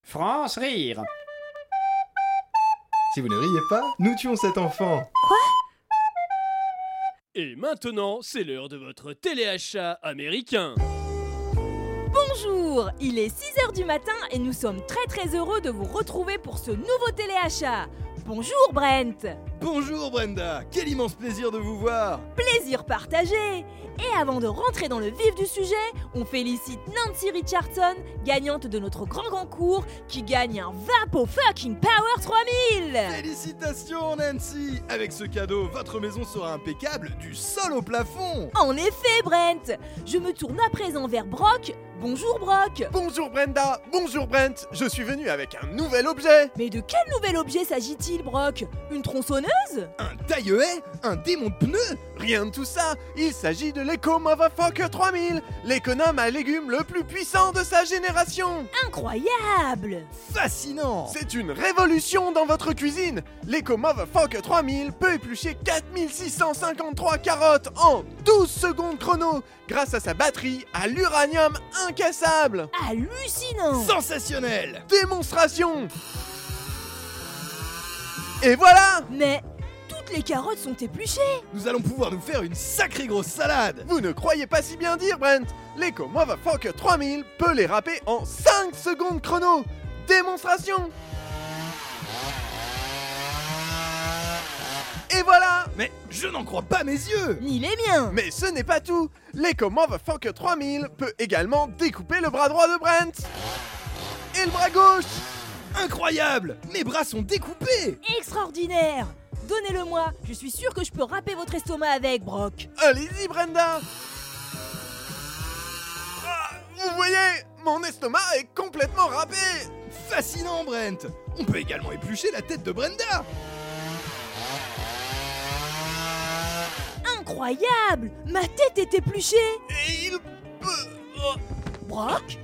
France rire. Si vous ne riez pas, nous tuons cet enfant. Et maintenant, c'est l'heure de votre téléachat américain. Bonjour, il est 6h du matin et nous sommes très très heureux de vous retrouver pour ce nouveau téléachat. Bonjour Brent Bonjour Brenda, quel immense plaisir de vous voir. Plaisir partagé Et avant de rentrer dans le vif du sujet, on félicite Nancy Richardson, gagnante de notre grand concours, qui gagne un Vapo Fucking Power 3000 Félicitations Nancy Avec ce cadeau, votre maison sera impeccable du sol au plafond. En effet Brent Je me tourne à présent vers Brock. Bonjour Brock Bonjour Brenda, bonjour Brent, je suis venu avec un nouvel objet Mais de quel nouvel objet s'agit-il Brock Une tronçonneuse Un taille-haie Un démon de pneu Rien de tout ça, il s'agit de l'Eco Motherfucker 3000, l'économe à légumes le plus puissant de sa génération Incroyable Fascinant C'est une révolution dans votre cuisine L'Eco Motherfucker 3000 peut éplucher 4653 carottes en 12 secondes chrono, grâce à sa batterie à l'uranium incassable Hallucinant Sensationnel Démonstration Et voilà Mais toutes les carottes sont épluchées Nous allons pouvoir nous faire une sacrée grosse salade Vous ne croyez pas si bien dire, Brent L'Eco Motherfucker 3000 peut les râper en 5 secondes chrono Démonstration Et voilà Mais je n'en crois pas mes yeux Ni les miens Mais ce n'est pas tout L'Eco Motherfucker 3000 peut également découper le bras droit de Brent Et le bras gauche Incroyable Mes bras sont découpés Extraordinaire Donnez-le-moi, je suis sûre que je peux râper votre estomac avec, Brock. Allez-y, Brenda Ah, Vous voyez Mon estomac est complètement râpé Fascinant Brent On peut également éplucher la tête de Brenda Incroyable Ma tête est épluchée Et il peut... oh. Brock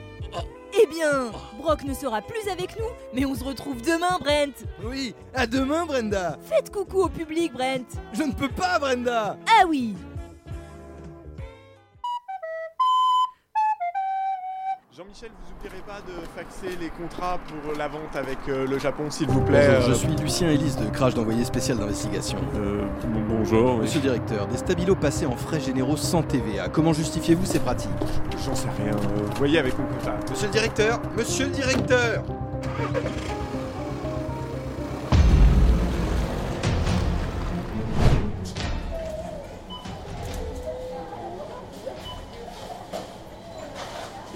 Eh bien, Brock ne sera plus avec nous, mais on se retrouve demain, Brent. Oui, à demain Brenda Faites coucou au public, Brent. Je ne peux pas Brenda Ah oui Jean-Michel, vous oublierez pas de faxer les contrats pour la vente avec euh, le Japon, s'il vous plaît. euh. Bonjour, je suis euh, Lucien Elise de Crash d'envoyé spécial d'investigation. bonjour. Monsieur le directeur, des stabilos passés en frais généraux sans TVA, comment justifiez-vous ces pratiques J'en sais rien. euh, voyez avec mon comptable. Monsieur le directeur Monsieur le directeur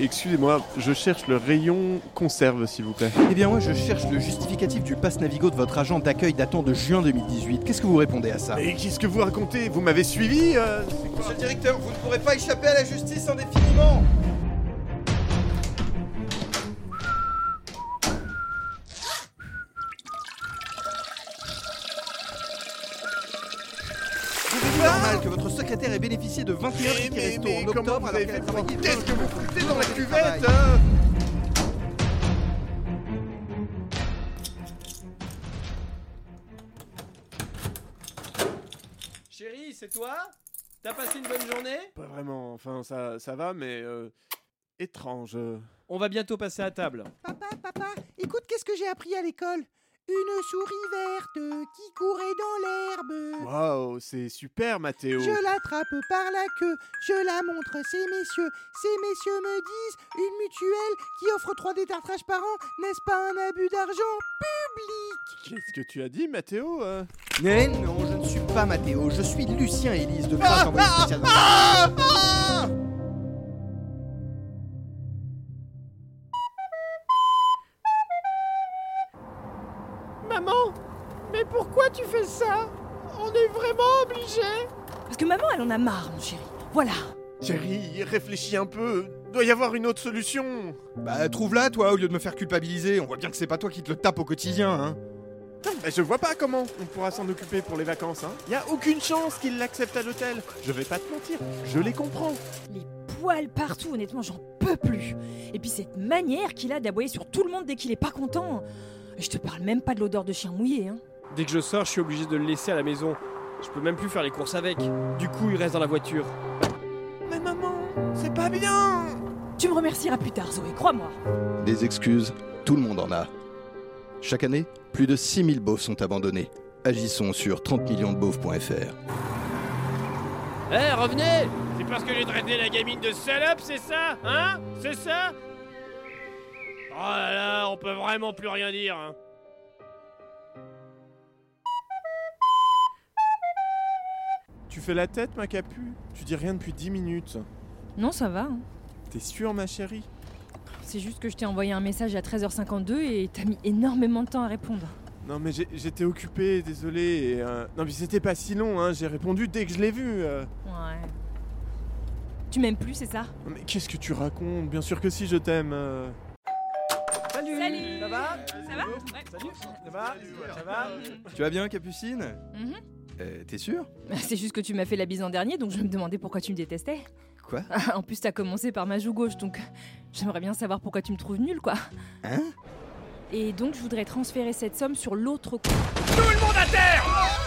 Excusez-moi, je cherche le rayon conserve, s'il vous plaît. Eh bien moi je cherche le justificatif du pass Navigo de votre agent d'accueil datant de juin 2018. Qu'est-ce que vous répondez à ça Et qu'est-ce que vous racontez Vous m'avez suivi euh, Monsieur le directeur, vous ne pourrez pas échapper à la justice indéfiniment C'est normal que votre secrétaire ait bénéficié de 21 Mais, tickets mais, resto mais en octobre comment vous alors avez qu'elle fait a pour- travaillé Qu'est-ce que vous foutez dans la Travail. cuvette hein Chérie, c'est toi T'as passé une bonne journée Pas vraiment, enfin ça, ça va, mais euh, étrange. On va bientôt passer à table. Papa, papa, écoute, qu'est-ce que j'ai appris à l'école Une souris verte qui courait dans l'herbe. Waouh, c'est super, Mathéo. Je l'attrape par la queue, je la montre à ces messieurs. Ces messieurs me disent une mutuelle qui offre trois détartrages par an, n'est-ce pas un abus d'argent public Qu'est-ce que tu as dit, Mathéo euh Mais non, je ne suis pas Mathéo, je suis Lucien Élise de Crash envoyé spécial. Maman, mais pourquoi tu fais ça On est vraiment obligés Parce que maman, elle en a marre, mon chéri. Voilà Chérie, réfléchis un peu. Doit y avoir une autre solution. Bah trouve-la toi au lieu de me faire culpabiliser, on voit bien que c'est pas toi qui te le tape au quotidien hein. Bah, je vois pas comment on pourra s'en occuper pour les vacances. Hein. Y a aucune chance qu'ils l'acceptent à l'hôtel. Je vais pas te mentir, je les comprends. Les poils partout, honnêtement, j'en peux plus. Et puis cette manière qu'il a d'aboyer sur tout le monde dès qu'il est pas content. Je te parle même pas de l'odeur de chien mouillé, hein. Dès que je sors, je suis obligé de le laisser à la maison. Je peux même plus faire les courses avec. Du coup, il reste dans la voiture. Mais maman, c'est pas bien. Tu me remercieras plus tard, Zoé, crois-moi. Des excuses, tout le monde en a. Chaque année, plus de 6000 beaufs sont abandonnés. Agissons sur 30 millions de beaufs.fr. Eh, revenez C'est parce que j'ai traité la gamine de salope, c'est ça Hein C'est ça Oh là là, on peut vraiment plus rien dire. hein. Tu fais la tête, ma capu Tu dis rien depuis 10 minutes. Non, ça va. hein. T'es sûre, ma chérie C'est juste que je t'ai envoyé un message à 13h52 et t'as mis énormément de temps à répondre. Non, mais j'ai- j'étais occupé, désolé. et, euh, Non, mais c'était pas si long, hein. J'ai répondu dès que je l'ai vu. euh. Ouais. Tu m'aimes plus, c'est ça Non, Mais qu'est-ce que tu racontes Bien sûr que si, je t'aime. euh. Salut Ça va Ça va Ouais. Ça va Ça va Tu vas bien, Capucine Mhm. Euh, T'es sûr Bah, C'est juste que tu m'as fait la bise en dernier, donc je me demandais pourquoi tu me détestais. Quoi En plus, t'as commencé par ma joue gauche, donc j'aimerais bien savoir pourquoi tu me trouves nulle, quoi. Hein Et donc, je voudrais transférer cette somme sur l'autre compte. Tout le monde à terre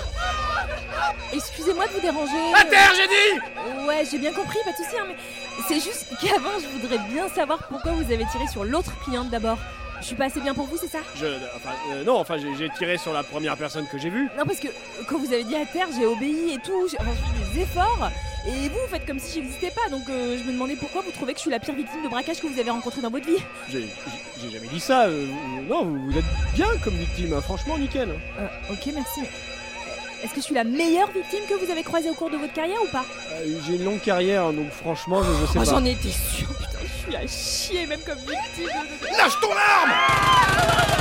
Excusez-moi de vous déranger. À terre, j'ai dit Ouais, j'ai bien compris, pas de soucis, hein, mais c'est juste qu'avant, je voudrais bien savoir pourquoi vous avez tiré sur l'autre cliente d'abord. Je suis pas assez bien pour vous, c'est ça Je. Enfin, euh, non, enfin, j'ai j'ai tiré sur la première personne que j'ai vue. Non, parce que euh, quand vous avez dit à terre, j'ai obéi et tout, j'ai enfin, j'ai fait des efforts, et vous, vous faites comme si j'existais pas, donc euh, je me demandais pourquoi vous trouvez que je suis la pire victime de braquage que vous avez rencontrée dans votre vie. J'ai j'ai- j'ai jamais dit ça. euh, euh, non, vous, vous êtes bien comme victime, hein, franchement, nickel. Euh, ok, merci. mais, euh, Est-ce que je suis la meilleure victime que vous avez croisée au cours de votre carrière ou pas Euh, j'ai une longue carrière, donc franchement, je, je sais Ah, Oh, pas. J'en étais sûre, putain, je suis à chier même comme victime. Lâche ton arme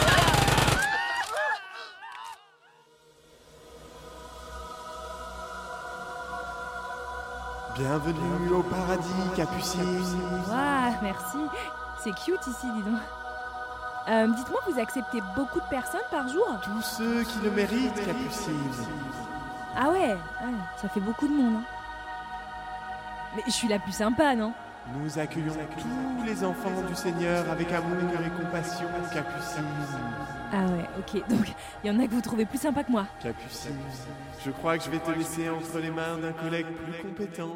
Bienvenue au paradis, Capucine. Waouh, merci. C'est cute ici, dis donc. Euh, Dites-moi, vous acceptez beaucoup de personnes par jour Tous ceux qui le méritent, Capucine. Ah ouais, ouais, ça fait beaucoup de monde. hein. Mais je suis la plus sympa, non Nous accueillons tous les enfants du Seigneur avec amour et compassion, Capucine. Ah ouais, ok. Donc, il y en a que vous trouvez plus sympa que moi. Capucine, je crois que je vais te laisser entre les mains d'un collègue plus compétent.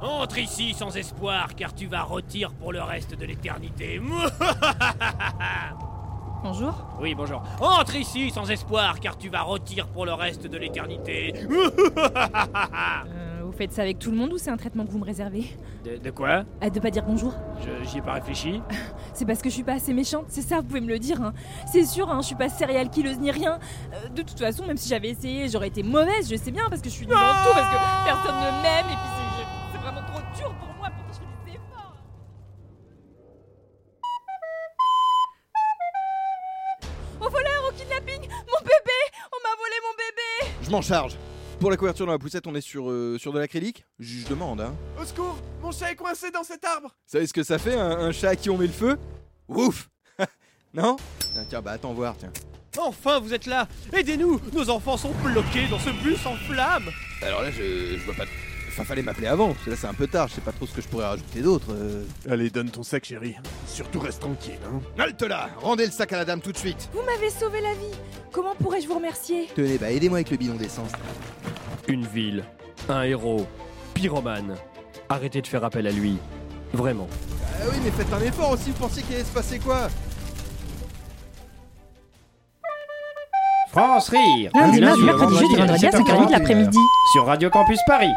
Entre ici sans espoir, car tu vas rôtir pour le reste de l'éternité. Bonjour. Oui, bonjour. Entre ici sans espoir, car tu vas rôtir pour le reste de l'éternité. Euh, vous faites ça avec tout le monde ou c'est un traitement que vous me réservez De, de quoi Ah, de pas dire bonjour Je- J'y ai pas réfléchi. C'est parce que je suis pas assez méchante, c'est ça, vous pouvez me le dire. hein. C'est sûr, hein, je suis pas serial killeuse ni rien. Euh, de toute façon, même si j'avais essayé, j'aurais été mauvaise, je sais bien, parce que je suis nulle en tout, parce que personne ne m'aime, et puis c'est- je- c'est vraiment trop dur pour moi, pourtant je fais des efforts. Au voleur, au kidnapping, mon bébé On m'a volé mon bébé Je m'en charge Pour la couverture dans la poussette, on est sur, euh, sur de l'acrylique Je je demande, hein. Au secours, mon chat est coincé dans cet arbre. Vous savez ce que ça fait, un, un chat à qui on met le feu Ouf Non Tiens, Tiens, bah attends voir, tiens. Enfin, vous êtes là Aidez-nous Nos enfants sont bloqués dans ce bus en flammes Alors là, je, je vois pas... de- Enfin, fallait m'appeler avant, parce que là c'est un peu tard, je sais pas trop ce que je pourrais rajouter d'autre. euh. Allez, donne ton sac, chérie. Surtout reste tranquille, hein. Halte là Rendez le sac à la dame tout de suite Vous m'avez sauvé la vie Comment pourrais-je vous remercier Tenez, bah aidez-moi avec le bidon d'essence. Une ville, un héros, pyromane. Arrêtez de faire appel à lui. Vraiment. Ah oui, mais faites un effort aussi, vous pensiez qu'il allait se passer quoi France Rire Lundi, mardi, Ah, mercredi, jeudi, vendredi à 5h08 de sur Radio Campus Paris.